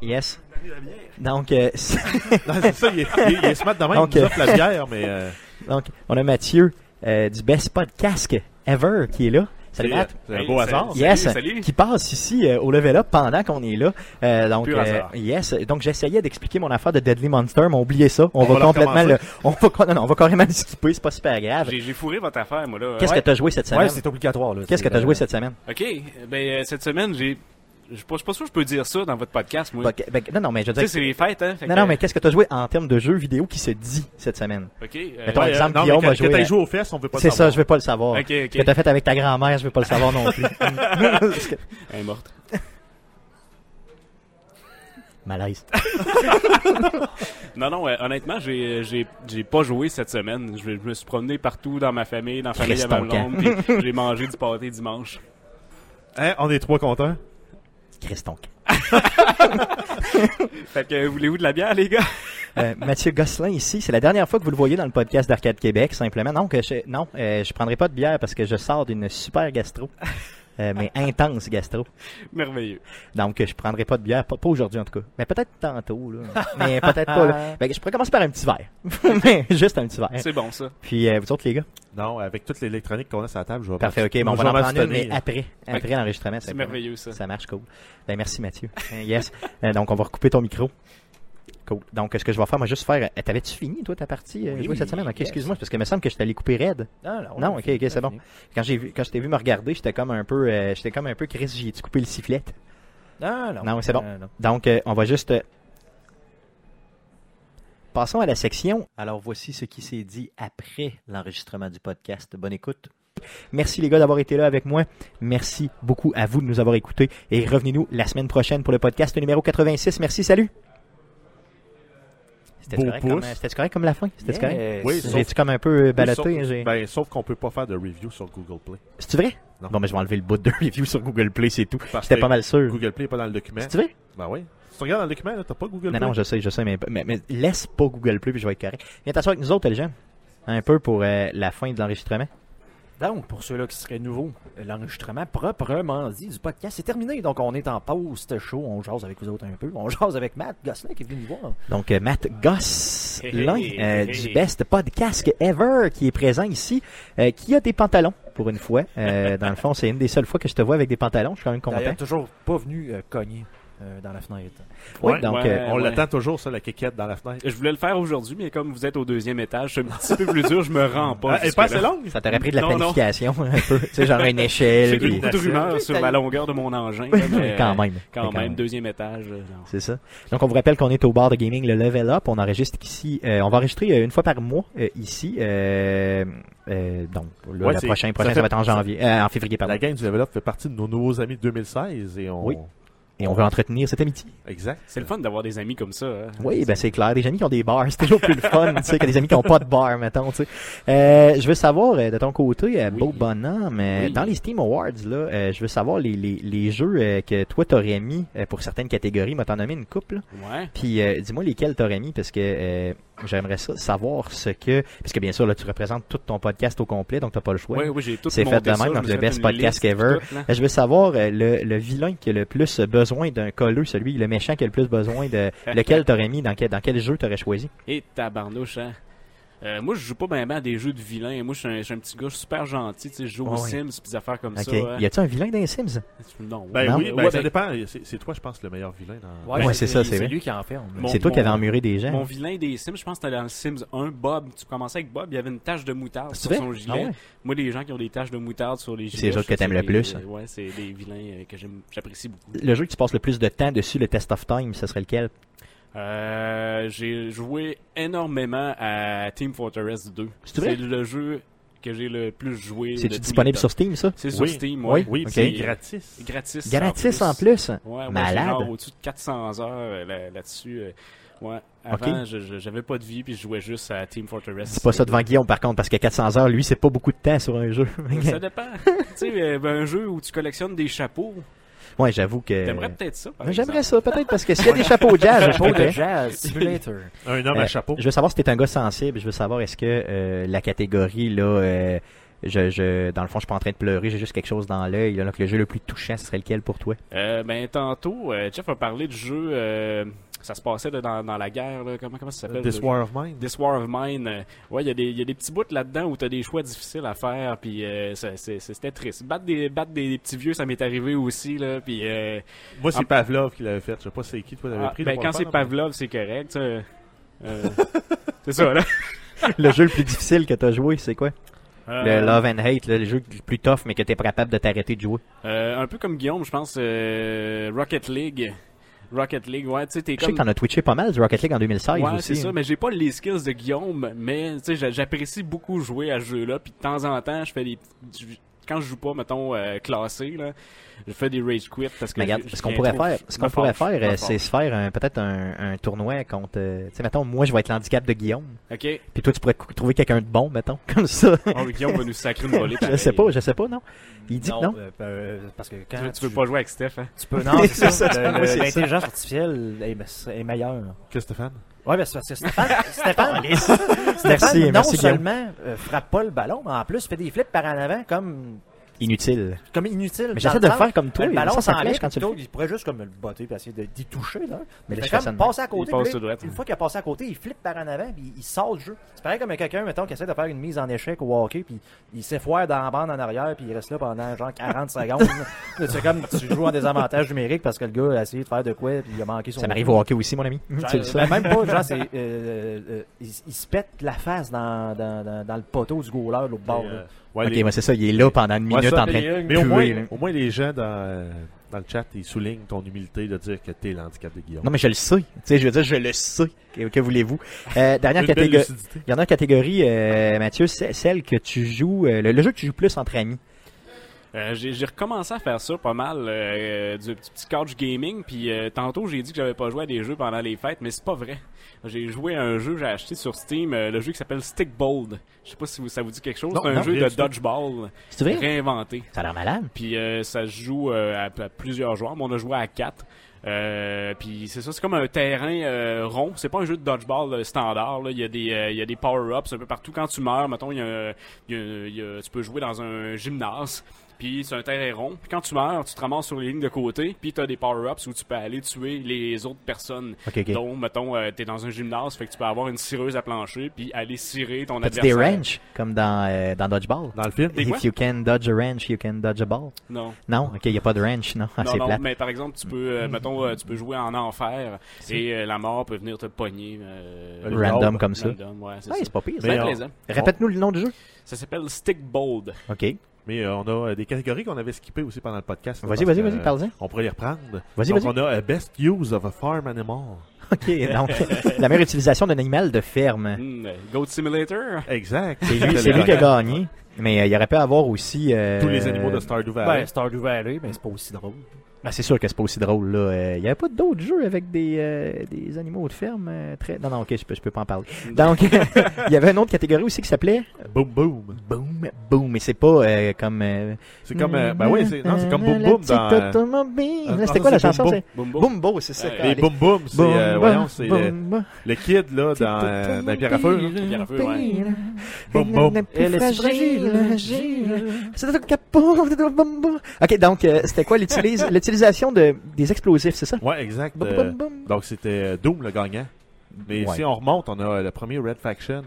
A: Yes. Donc, euh,
D: Non, c'est ça, il est, il est- il est smart de même, il
A: Ok.
D: nous offre la bière, mais euh,
A: donc, on a Mathieu euh, du Best Podcast Ever qui est là. Salut
D: c'est
A: Matt.
D: c'est un beau hasard.
E: Salut,
A: Yes,
E: salut.
A: qui passe ici euh, au level up pendant qu'on est là. Euh, donc,
E: Pur
A: euh,
E: hasard.
A: yes. Donc, j'essayais d'expliquer mon affaire de Deadly Monster, mais oubliez ça. On,
D: On
A: va,
D: va le
A: complètement le,
D: recommencer.
A: on va, non, non, on va carrément le skipper. C'est pas super grave.
E: J'ai j'ai fourré votre affaire, moi, là.
A: Qu'est-ce que t'as joué cette
B: Ouais,
A: semaine?
B: c'est obligatoire. là.
A: Qu'est-ce que
B: C'est,
A: t'as
B: euh,
A: joué cette semaine?
E: OK. euh, Ben, euh, cette semaine, j'ai... Je suis pas je suis pas sûr que je peux dire ça dans votre podcast, moi.
A: Bah, que- ben, non, non, mais je veux
E: Tu
A: dire.
E: sais, c'est les fêtes, hein? fait
A: Non,
E: que-
A: non, mais qu'est-ce que t'as joué en termes de jeux vidéo qui se dit cette semaine?
E: OK. euh,
A: Mettons,
D: Ouais,
A: exemple,
D: non, mais
A: Guillaume
D: que-
A: a joué
D: Que t'aies
A: à-
D: joué aux fesses, on veut pas
A: C'est ça, je vais pas le savoir.
E: OK, OK.
A: Ce que t'as fait avec ta grand-mère, je veux pas le savoir non plus. Parce que-
E: Elle est morte.
A: Malaise.
E: Non, non, euh, honnêtement, j'ai, euh, j'ai, j'ai pas joué cette semaine. Je, je me suis promené partout dans ma famille, dans la famille
A: Christ,
E: à ma
A: ton camp.
E: blonde, puis j'ai mangé du pâté dimanche.
D: Hein, on est trois contents.
A: Christon.
E: Fait que, euh, voulez-vous de la bière, les gars?
A: Euh, Mathieu Gosselin ici, c'est la dernière fois que vous le voyez dans le podcast d'Arcade Québec, simplement. Non, que je, non, euh, je prendrai pas de bière parce que je sors d'une super gastro, euh, mais intense gastro.
E: Merveilleux.
A: Donc, euh, je prendrai pas de bière, pas, pas aujourd'hui en tout cas, mais peut-être tantôt, là. mais peut-être
B: Ah.
A: pas. Là. Ben, je pourrais commencer par un petit verre, mais juste un petit verre.
E: C'est bon, ça.
A: Puis euh, vous autres les gars,
D: Non, avec toute l'électronique qu'on a sur la table, je vais
A: parfait, ok,
D: je
A: bon, on
D: vais
A: va en prendre une,
D: m'abstenir.
A: mais après, après l'enregistrement,
E: C'est
A: simplement.
E: merveilleux, ça.
A: Ça marche, cool. Ben, merci Mathieu. Euh, yes. Euh, donc, on va recouper ton micro. Cool. Donc, euh, ce que je vais faire, moi, juste faire. euh, T'avais-tu fini, toi, ta partie euh,
B: Oui,
A: jouer cette semaine? Ok,
B: yes.
A: excuse-moi, parce que me semble que je t'allais couper raide.
B: Non, non,
A: Non,
B: Ah, on a
A: ok,
B: fini,
A: ok,
B: on a
A: c'est bon.
B: fini.
A: Quand j'ai vu, quand je t'ai vu me regarder, j'étais comme un peu, euh, j'étais comme un peu, Chris, j'ai-tu coupé le sifflet?
B: Non, non.
A: Non, c'est bon.
B: Euh, non.
A: Donc, euh, on va juste. euh, Passons à la section. Alors, voici ce qui s'est dit après l'enregistrement du podcast. Bonne écoute. Merci les gars d'avoir été là avec moi. Merci beaucoup à vous de nous avoir écoutés. Et revenez-nous la semaine prochaine pour le podcast numéro 86. Merci, salut. C'était
D: Beau
A: correct,
D: pouce.
A: comme- c'était-tu correct comme la fin? C'était
B: Yes.
A: correct?
D: Oui,
A: J'ai
D: sauf-
A: tu comme un peu euh,
D: oui,
A: ballotté.
D: sauf-
A: hein, j'ai-
D: Ben, sauf qu'on peut pas faire de review sur Google Play.
A: C'est-tu vrai?
D: Non.
A: Bon, mais je vais enlever le bout de review sur Google Play, c'est tout.
D: Parce
A: J'étais
D: que
A: pas mal sûr.
D: Google Play est pas dans le document.
A: C'est-tu vrai?
D: Ben oui. Si tu regardes dans le document, là, t'as pas Google
A: Non,
D: Play.
A: non, je sais, je sais, mais, mais, mais laisse pas Google Plus, puis je vais être correct. Viens t'asseoir avec nous autres, les gens. Un peu pour euh, la fin de l'enregistrement.
B: Donc, pour ceux-là qui seraient nouveaux, l'enregistrement proprement dit du podcast est terminé. Donc, on est en pause, c'était chaud. On jase avec vous autres un peu. On jase avec Matt Gosselin qui est venu nous voir.
A: Donc, euh, Matt Goss,
E: Hey, hey,
A: l'un
E: hey,
A: euh,
E: hey,
A: du
E: hey.
A: best podcast ever qui est présent ici, euh, qui a des pantalons pour une fois. Euh, dans le fond, c'est une des seules fois que je te vois avec des pantalons. Je suis quand même content.
B: D'ailleurs, toujours pas venu euh, cogner euh, dans la fenêtre.
A: Oui,
D: Ouais,
A: donc,
E: ouais.
A: euh,
D: On
E: Ouais.
D: l'attend toujours, ça, la quéquette dans la fenêtre.
E: Je voulais le faire aujourd'hui, mais comme vous êtes au deuxième étage, c'est un petit peu plus dur, je me rends pas.
D: Ah, elle est
E: jusque-là.
D: pas assez longue?
A: ça t'aurait pris de la
E: Non, non.
A: planification un peu. Tu sais, genre une
E: J'ai
A: échelle.
E: eu
A: puis-
E: beaucoup de rumeurs sur la longueur de mon engin. là, mais- euh,
A: quand même.
E: Quand,
A: Mais
E: même, deuxième étage. euh, non.
A: C'est ça. Donc, on vous rappelle qu'on est au bar de gaming, le Level Up. On enregistre ici. euh, on va enregistrer euh, une fois par mois euh, ici. Euh, euh, donc, là,
D: Ouais,
A: le
D: c'est-
A: prochain,
D: ça
A: prochain ça,
D: fait-
A: va être en janvier, euh, en février, pardon.
D: La gang du Level Up fait partie de nos nouveaux amis de 2016 et on.
A: Oui. Et on veut entretenir cette amitié.
D: Exact.
E: C'est le fun d'avoir des amis comme ça. hein.
A: Oui, ben c'est clair. Des amis qui ont des bars, c'est toujours plus le fun, tu sais, que des amis qui ont pas de bar, mettons, tu sais. Euh, je veux savoir, euh, de ton côté, euh,
E: Oui.
A: Beau Bonhomme, euh,
E: Oui.
A: dans les Steam Awards, là, euh, je veux savoir les, les, les jeux euh, que toi t'aurais mis euh, pour certaines catégories. Moi, t'en nommé une couple.
E: Ouais.
A: Puis euh, dis-moi lesquels t'aurais mis parce que euh, j'aimerais ça savoir ce que parce que bien sûr là tu représentes tout ton podcast au complet donc t'as pas le choix.
E: Ouais, oui, j'ai tout
A: C'est fait
E: monté
A: de
E: ça,
A: même,
E: je
A: donc
E: me
A: le
E: suis
A: best
E: fait une
A: podcast
E: liste,
A: ever.
E: tout, là.
A: Euh, Je veux savoir euh, le, le vilain qui a le plus besoin d'un colleux, celui le méchant qui a le plus besoin de lequel t'aurais mis dans quel dans quel jeu t'aurais choisi.
E: Et tabarnouche, hein. Euh, moi, je joue pas bien à des jeux de vilains. Moi, je suis un, je suis un petit gars super gentil. Tu sais, je joue aux
A: Ouais.
E: Sims pis des affaires comme
A: Ok.
E: ça. hein.
A: Y a-t-il un vilain dans les Sims
E: Non.
D: Ben
A: Non.
D: oui, ben,
E: Ouais,
D: ça
E: ben,
D: dépend. C'est c'est toi, je pense, le meilleur vilain dans.
A: Ouais, c'est ça, c'est vrai.
B: lui qui en ferme.
E: Mon-
A: C'est toi qui
E: mon-
A: avais emmuré des gens.
E: Mon vilain des Sims, je pense que c'était dans le Sims 1, Bob. Tu commençais avec Bob, il y avait une tache de moutarde
A: C'est
E: sur
A: vrai?
E: son gilet.
A: Ah ouais?
E: Moi, les gens qui ont des taches de moutarde sur les gilets.
A: C'est les autres
E: je
A: que t'aimes
E: sais,
A: le plus.
E: euh, ouais, c'est des vilains euh, que j'aime- j'apprécie beaucoup.
A: Le jeu que tu passes le plus de temps dessus, le Test of Time, ce serait lequel
E: Euh, j'ai joué énormément à Team Fortress 2.
A: C'est vrai?
E: le jeu que j'ai le plus joué. de tous
A: C'est
E: les
A: disponible
E: temps.
A: sur Steam ça
E: C'est sur
D: Oui.
E: Steam,
A: Oui.
E: ouais.
D: Oui,
A: Ok.
D: c'est gratis.
E: Gratis.
A: Gratis en plus.
E: Ouais, ouais,
A: Malade.
E: j'ai genre au-dessus de 400 heures euh, là- là-dessus. euh, ouais. Avant, je- je- j'avais pas de vie puis je jouais juste à Team Fortress. Euh,
A: C'est pas ça devant Guillaume par contre parce que 400 heures lui c'est pas beaucoup de temps sur un jeu.
E: Ça dépend. tu sais, euh, ben, un jeu où tu collectionnes des chapeaux,
A: ouais, j'avoue que
E: t'aimerais peut-être ça. par
A: Mais Euh, J'aimerais
E: exemple.
A: ça, peut-être, parce que s'il y a des chapeaux de jazz, je
B: Chapeau de
A: prendrais.
B: jazz, simulator.
D: Un homme
A: Euh,
D: à chapeau.
A: Je veux savoir si t'es un gars sensible. Je veux savoir est-ce que euh, la catégorie là, euh, je, je, dans le fond, je suis pas en train de pleurer, j'ai juste quelque chose dans l'œil. là. Donc, le jeu le plus touchant, ce serait lequel pour toi?
E: Euh, ben, tantôt, euh, Jeff a parlé du jeu. euh, ça se passait là, dans, dans la guerre. là. comment, comment ça s'appelle?
D: This
E: le
D: War of Mine.
E: This War of Mine. euh, ouais, il y, a des- il y a des petits bouts là-dedans où t'as des choix difficiles à faire, puis euh, ça- c'est- c'est- c'était triste. Battre des, battre des, des petits vieux, ça m'est arrivé aussi, là, puis... euh,
D: Moi, c'est
E: Ah.
D: Pavlov qui l'avait fait. Je sais pas c'est qui, toi, t'avais
E: ah,
D: pris.
E: ben,
D: pour
E: quand
D: le
E: c'est
D: faire,
E: Pavlov, c'est correct, ça. Euh, c'est ça, là.
A: le jeu le plus difficile que t'as joué, c'est quoi?
E: Euh,
A: Le Love and Hate, là, le jeu le plus tough, mais que t'es pas capable de t'arrêter de jouer.
E: euh, un peu comme Guillaume, je pense, euh, Rocket League. Rocket League, ouais, tu sais, t'es
A: Je sais
E: comme...
A: que t'en as twitché pas mal du Rocket League en 2016
E: Ouais,
A: aussi.
E: c'est ça,
A: hein.
E: mais j'ai pas les skills de Guillaume, mais tu sais, j'a- j'apprécie beaucoup jouer à ce jeu-là, puis de temps en temps, je fais des petits- je- quand je joue pas mettons euh, classé là, je fais des rage quit parce que
A: Mais regarde,
E: je- je
A: ce qu'on
E: viens
A: pourrait
E: trop-
A: faire, ce qu'on
E: me
A: pourrait
E: fâche,
A: faire,
E: me
A: euh, c'est
E: fâche.
A: se faire un- peut-être un, un tournoi contre. euh, Tu sais, mettons, moi, je vais être l'handicap de Guillaume.
E: OK.
A: Puis toi, tu pourrais cou- trouver quelqu'un de bon, mettons, comme ça.
E: Oh, mais Guillaume va nous sacrer une volée.
A: je sais pas, je sais pas, non. Il dit que non.
B: euh, euh, parce que
E: Tu
B: quand
E: veux, tu veux pas jouer avec Steph hein?
B: Tu peux, non, c'est
A: C'est
B: ça.
A: ça,
B: Le-
A: moi,
B: le-
A: c'est ça.
B: L'intelligence artificielle est, ben, est meilleure.
D: là. Que Stéphane?
B: Ouais, ben, c'est parce que Stéphane, Stéphane,
A: Merci,
B: Stéphane non
A: merci, Guillaume.
B: seulement euh, frappe pas le ballon, mais en plus fait des flips par en avant comme,
A: Inutile.
B: comme inutile.
A: Mais j'essaie
B: dans
A: de le
B: sens-
A: faire comme toi.
B: le
A: mais
B: ballon
A: ça, ça
B: s'en
A: flash
B: vient,
A: quand tu le
B: plutôt, il pourrait juste comme le botter et essayer de- d'y toucher. Là.
A: Mais là,
B: Fait
A: je fais
B: comme
A: ça de hein. même.
B: passer à côté.
E: Il passe
B: puis
E: tout
B: là,
E: droit.
B: une fois qu'il a passé à côté, il flippe par en avant puis il sort le jeu. C'est pareil comme quelqu'un, mettons, qui essaie de faire une mise en échec au hockey puis il s'effoire dans la bande en arrière puis il reste là pendant genre 40 secondes. Là, C'est comme tu joues en désavantage numérique parce que le gars a essayé de faire de quoi puis il a manqué son
A: Ça m'arrive au hockey aussi, mon ami.
B: Genre,
A: tu le sais.
B: ben, même pas, genre, c'est. euh, euh, il, il se pète la face dans, dans, dans, dans le poteau du goaler de l'autre bord.
D: Et,
B: là.
D: euh, ouais,
A: Ok,
D: les-
A: ouais, c'est ça, il est là pendant une
D: Ouais,
A: minute
D: ça,
A: en train de
D: Mais au moins,
A: puer, là.
D: au moins, les gens dans, euh, dans le chat, ils soulignent ton humilité de dire que t'es l'handicap de Guillaume.
A: Non, mais je le sais. Tu sais, je veux dire, je le sais. Que, que voulez-vous? Euh, dernière
D: Une belle
A: catégorie.
D: lucidité.
A: Il y en a une catégorie, euh, Mathieu, c'est celle que tu joues, euh, le, le jeu que tu joues plus entre amis.
E: Euh, j'ai j'ai recommencé à faire ça pas mal euh, du petit, petit couch gaming puis euh, tantôt j'ai dit que j'avais pas joué à des jeux pendant les fêtes mais c'est pas vrai. J'ai joué à un jeu que j'ai acheté sur Steam euh, le jeu qui s'appelle Stickball. Je sais pas si vous- ça vous dit quelque chose,
D: Non,
E: c'est un
D: non,
E: jeu
D: rien
E: de
D: du tout.
E: dodgeball
A: C'est vrai?
E: réinventé.
A: Ça a l'air malade.
E: Puis euh, ça se joue euh, à, à plusieurs joueurs, mais on a joué à quatre. Euh, puis c'est ça, c'est comme un terrain euh, rond. C'est pas un jeu de dodgeball euh, standard. Là. Il y a des, euh, il y a des power-ups un peu partout. Quand tu meurs, mettons, il y a, un- il y a- il y a- tu peux jouer dans un gymnase. Puis c'est un terrain rond. Puis quand tu meurs, tu te ramasses sur les lignes de côté. Puis t'as des power-ups où tu peux aller tuer les autres personnes.
A: Ok, ok.
E: Donc, mettons, euh, t'es dans un gymnase, fait que tu peux avoir une cireuse à plancher, puis aller cirer ton
A: T'as-tu
E: adversaire.
A: des ranges, comme dans, euh, dans Dodgeball?
D: Dans le film,
E: Des quoi?
A: If you can dodge a wrench, you can dodge a ball.
E: Non.
A: Non? Ok, il n'y a pas de ranch, non? Ah,
E: non,
A: c'est
E: non,
A: plate.
E: mais par exemple, tu peux, euh, mettons, euh, tu peux jouer en enfer et euh, la mort peut venir te pogner. euh,
D: Le
A: Random
D: Diable.
A: comme ça.
E: random, ouais, c'est
A: Ouais,
E: ça.
A: c'est pas pire.
E: C'est
A: ça.
E: bien
D: on-
E: plaisant.
A: Répète-nous le nom du jeu.
E: Ça s'appelle Stick Bold.
A: Ok.
D: mais euh, on a euh, des catégories qu'on avait skippées aussi pendant le podcast.
A: Vas-y,
D: parce
A: vas-y,
D: que,
A: vas-y,
D: euh,
A: parle-en.
D: On pourrait les reprendre.
A: Vas-y,
D: Donc,
A: vas-y.
D: on a euh, Best Use of a Farm Animal.
A: Ok, donc, la meilleure utilisation d'un animal de ferme.
E: Hmm, euh, Goat Simulator.
D: Exact.
A: C'est lui, c'est lui qui a gagné. Mais euh, il aurait pu avoir aussi... euh,
D: Tous les animaux de Stardew Valley.
B: Ben, Stardew Valley, mais c'est pas aussi drôle.
A: Ben, c'est sûr que c'est pas aussi drôle, là. Euh, Il y avait pas d'autres jeux avec des, euh, des animaux de ferme euh, très... Non, non, ok, je peux, je peux pas en parler. Donc, il y avait une autre catégorie aussi qui s'appelait
E: ben,
D: Boom Boom.
A: Boom Boom. Mais c'est pas euh, comme... euh,
D: C'est comme, euh, ben oui, c'est, non, c'est comme Boom
A: La
D: Boom
A: petite
D: dans, euh,
A: automobile.
D: euh,
A: Là, C'était
D: non,
A: quoi la
D: ça, c'est
A: chanson?
D: Boom Euh,
A: c'est-
E: Boom, boom.
A: Boom Boom, c'est ça.
E: Ouais,
A: quand
D: les
A: les-
D: Boom Boom, c'est,
A: Boom,
D: euh,
A: boom,
D: voyons, c'est le,
A: boom, boom.
D: le kid, là,
A: Petite
D: dans, euh, dans Pierre à feu, là.
A: automobile,
E: Pierre à feu, ouais.
A: Pierre.
D: Boum, boum.
A: Elle est plus fragile, fragile. C'est un capot. boum, boum. Ok, donc, euh, c'était quoi l'utilise- l'utilisation de, des explosifs, c'est ça?
D: Ouais, exact.
A: Boum,
D: euh,
A: boum, boum.
D: donc, c'était euh, Doom, le gagnant. Mais
A: Ouais.
D: si on remonte, on a euh, le premier Red Faction.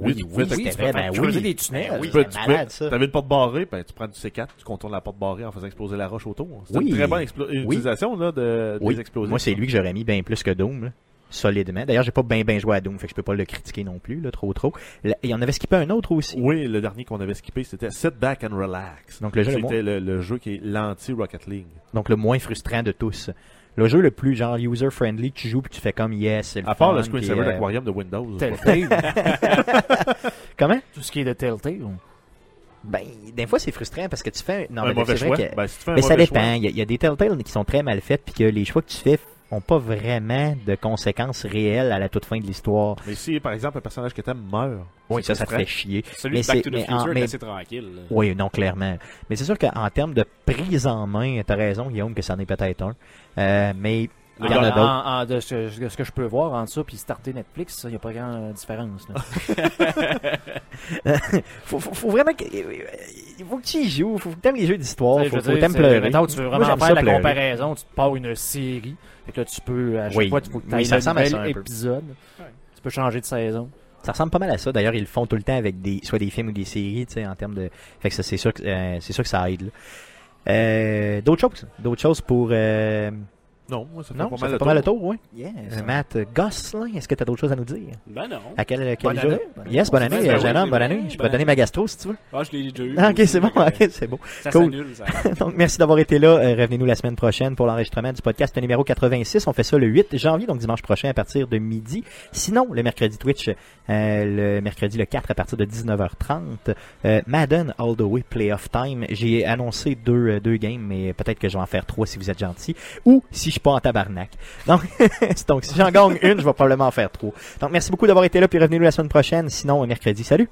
D: Lui, tu pouvais te-
A: c'était
D: tu
A: vrai,
D: pouvais-
A: ben
B: tu
A: oui.
B: faisais des tunnels.
A: Ben oui,
D: tu pouvais-
A: c'était
D: tu pouvais-
A: malade, ça.
D: T'avais une porte barrée, ben, tu prends du C4, tu contournes la porte barrée en faisant exploser la roche autour. C'est
A: Oui.
D: une très bonne explo- une
A: Oui.
D: utilisation là, de,
A: Oui.
D: des explosifs.
A: Moi, c'est lui que j'aurais mis bien plus que Doom, là. solidement. D'ailleurs, j'ai pas bien bien joué à Doom, fait que je peux pas le critiquer non plus, là, trop trop. Là, Et on avait skippé un autre aussi.
D: Oui, le dernier qu'on avait skippé, c'était Sit Back and Relax.
A: Donc, le jeu le moins-
D: C'était le, le jeu qui est l'anti-Rocket League.
A: Donc le moins frustrant de tous. Le jeu le plus genre user-friendly, tu joues puis tu fais comme yes. c'est
D: À part
A: fun,
D: le screensaver
A: puis, euh,
D: d'aquarium de Windows.
B: Telltale.
A: Comment?
B: Tout ce qui est de Telltale.
A: Ben, des fois c'est frustrant parce que tu fais... un- Non,
D: un
A: mais
D: mauvais
A: c'est
D: choix.
A: vrai que...
D: Ben, si tu fais un
A: mais ça
D: mauvais
A: dépend. Il y, a- il y a des Telltale qui sont très mal faites puis que les choix que tu fais ont pas vraiment de conséquences réelles à la toute fin de l'histoire.
D: choix- Mais si, par exemple, un personnage que t'aimes meurt.
A: Oui, ça, ça te
D: frustrant.
A: fait chier.
E: Celui
A: mais
E: de Back
A: c'est-
E: to the
A: mais en-
E: Future
A: mais-
E: est assez tranquille. là.
A: Oui, non, clairement. Mais c'est sûr qu'en termes de prise en main, t'as raison, Guillaume, que ça en est peut-être un. Euh, mais Il y en a
B: En-
A: d'autres.
B: en- en- de ce, de ce que je peux voir en ça, puis starter Netflix, il n'y a pas grand euh, différence. là.
A: faut, faut, faut vraiment que, il faut que tu y joues, faut que t'aimes les jeux d'histoire,
B: Tu sais,
A: Oh, faut,
B: je
A: faut
B: veux
A: que
B: dire,
A: t'aimes
B: c'est-
A: pleurer.
B: mettons, tu veux
A: Moi,
B: vraiment
A: j'aime
B: faire
A: ça,
B: la
A: pleurer.
B: comparaison, tu te pars une série. Fait que là, tu peux, à chaque
A: Oui.
B: fois, tu faut que tu
A: Oui, ça
B: un
A: ressemble à ça
B: nouvel
A: un peu.
B: épisode. Tu peux changer de saison.
A: Ça ressemble pas mal à ça. D'ailleurs, ils le font tout le temps avec des, soit des films ou des séries, tu sais, en termes de. Fait que ça, c'est sûr que, euh, c'est sûr que ça aide, là. Euh, d'autres choses, d'autres choses pour, euh,
D: Non, moi, ça fait
A: non,
D: pas
A: ça
D: mal
A: fait
D: le
A: pas mal le
D: tour.
A: tour, oui. Euh, Matt Gosselin, est-ce que t'as d'autres choses à nous dire?
E: Ben non.
A: À quel, quel
B: Bonne
A: jeu?
B: année.
A: Yes, bonne année,
E: Ben
A: euh,
E: oui,
A: jeune homme, bonne
E: c'est vrai.
A: année. Je peux
E: Bonne
A: te donner
E: année.
A: ma gastro si tu veux.
E: Ah, je l'ai déjà eu. euh,
A: Ah, ok, c'est bon, ok, c'est bon.
E: Ça
A: Cool.
E: s'annule, ça.
A: Donc, merci d'avoir été là. Euh, Revenez-nous la semaine prochaine pour l'enregistrement du podcast numéro 86. On fait ça le 8 janvier, donc dimanche prochain à partir de midi. Sinon, le mercredi Twitch, euh, le mercredi le 4 à partir de 19h30. Euh, Madden All the Way Playoff Time. J'ai annoncé deux, euh, deux games, mais peut-être que je vais en faire trois si vous êtes gentil. Ou si je suis pas en tabarnak. Donc, donc si j'en gagne une, je vais probablement en faire trois. Donc, merci beaucoup d'avoir été là, puis revenez-nous la semaine prochaine. Sinon, euh, mercredi, salut!